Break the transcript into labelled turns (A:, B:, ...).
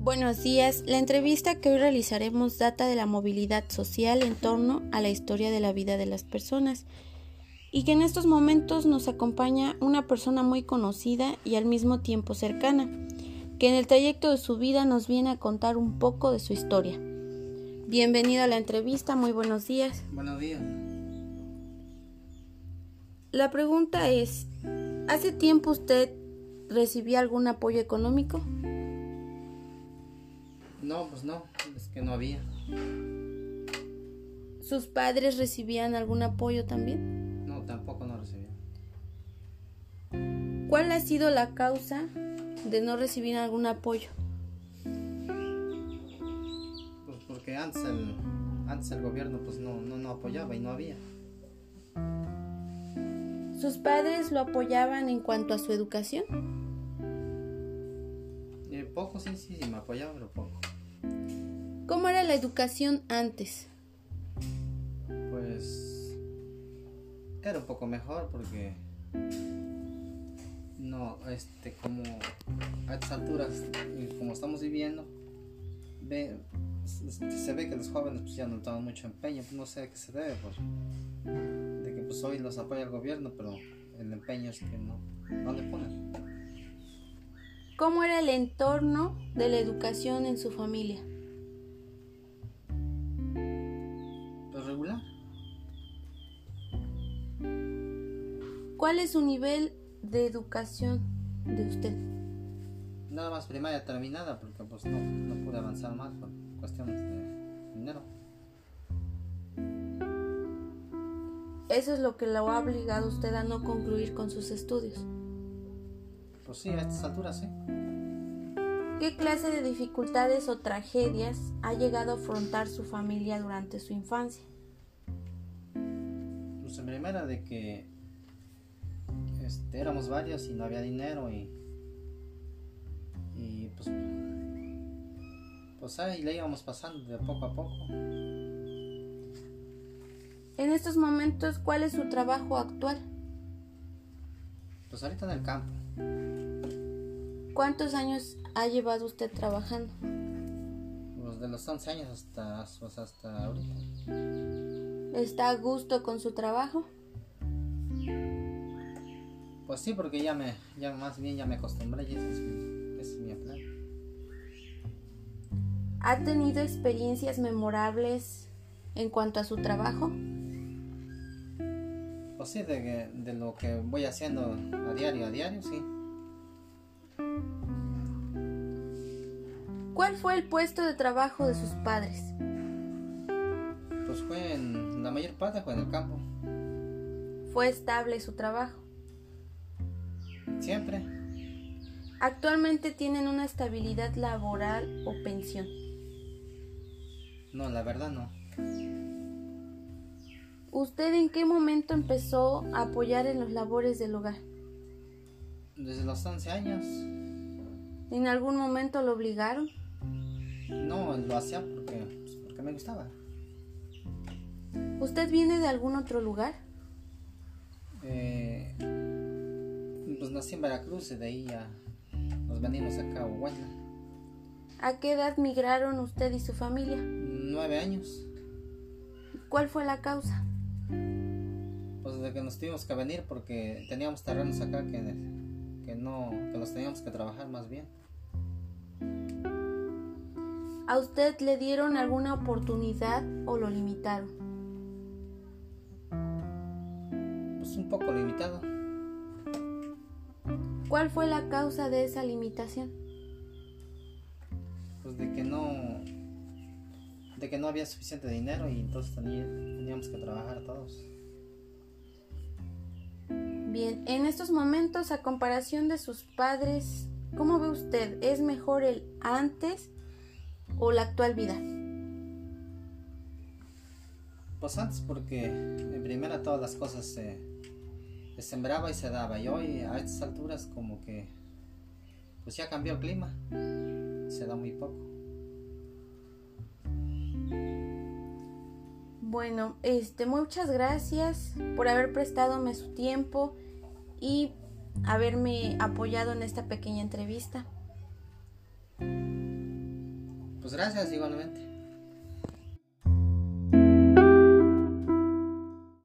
A: Buenos días. La entrevista que hoy realizaremos data de la movilidad social en torno a la historia de la vida de las personas y que en estos momentos nos acompaña una persona muy conocida y al mismo tiempo cercana, que en el trayecto de su vida nos viene a contar un poco de su historia. Bienvenido a la entrevista, muy buenos días.
B: Buenos días.
A: La pregunta es, ¿hace tiempo usted recibía algún apoyo económico?
B: No, pues no, es que no había.
A: ¿Sus padres recibían algún apoyo también?
B: No, tampoco no recibía.
A: ¿Cuál ha sido la causa de no recibir algún apoyo?
B: Pues porque antes el, antes el gobierno pues no, no, no apoyaba y no había.
A: ¿Sus padres lo apoyaban en cuanto a su educación?
B: Y Eh, poco sí, sí, sí, me apoyaba, pero poco.
A: ¿Cómo era la educación antes?
B: Pues era un poco mejor porque no, este como a estas alturas y como estamos viviendo, ve, se se ve que los jóvenes pues ya no toman mucho empeño, pues no sé a qué se debe, pues, de que pues hoy los apoya el gobierno, pero el empeño es que no, no le ponen.
A: ¿Cómo era el entorno de la educación en su familia?
B: Pues regular,
A: ¿Cuál es su nivel de educación de usted?
B: nada más primaria terminada porque pues no, no pude avanzar más por cuestiones de dinero.
A: Eso es lo que lo ha obligado a usted a no concluir con sus estudios.
B: Pues sí, a estas alturas sí.
A: ¿Qué clase de dificultades o tragedias ha llegado a afrontar su familia durante su infancia?
B: Pues en primera de que este, éramos varios y no había dinero y, y pues pues ahí le íbamos pasando de poco a poco.
A: En estos momentos, ¿cuál es su trabajo actual?
B: Pues ahorita en el campo,
A: ¿Cuántos años ha llevado usted trabajando?
B: pues de los 11 años hasta, pues, hasta ahorita.
A: ¿Está a gusto con su trabajo?
B: Pues sí, porque ya me, ya más bien ya me acostumbré y ese es mi, ese es mi plan.
A: ¿Ha tenido experiencias memorables en cuanto a su trabajo?
B: Pues sí, de, que- de lo que voy haciendo a diario, a diario, sí.
A: ¿Cuál fue el puesto de trabajo de sus padres?
B: Pues fue en, la mayor parte fue en el campo,
A: ¿Fue estable su trabajo?
B: siempre.
A: ¿Actualmente tienen una estabilidad laboral o pensión?
B: No, la verdad no.
A: ¿Usted en qué momento empezó a apoyar en los labores del hogar?
B: Desde los 11 años
A: ¿En algún momento lo obligaron?
B: no lo hacía porque, pues, porque me gustaba.
A: ¿Usted viene de algún otro lugar?
B: Eh, pues nací en Veracruz y de ahí ya nos venimos acá a Huelva.
A: ¿A qué edad migraron usted y su familia?
B: Nueve años.
A: ¿Cuál fue la causa?
B: Pues desde que nos tuvimos que venir porque teníamos terrenos acá que, que no, que los teníamos que trabajar más bien.
A: ¿A usted le dieron alguna oportunidad o lo limitaron?
B: Pues un poco limitado.
A: ¿Cuál fue la causa de esa limitación?
B: Pues de que no. De que no había suficiente dinero y entonces tenía- teníamos que trabajar todos.
A: Bien, en estos momentos, a comparación de sus padres, ¿cómo ve usted? ¿Es mejor el antes o la actual vida?
B: Pues antes porque en primera todas las cosas se, se sembraba y se daba y hoy a estas alturas como que pues ya cambió el clima, se da muy poco.
A: Bueno, este, muchas gracias por haber prestadome su tiempo y haberme apoyado en esta pequeña entrevista.
B: Pues gracias igualmente.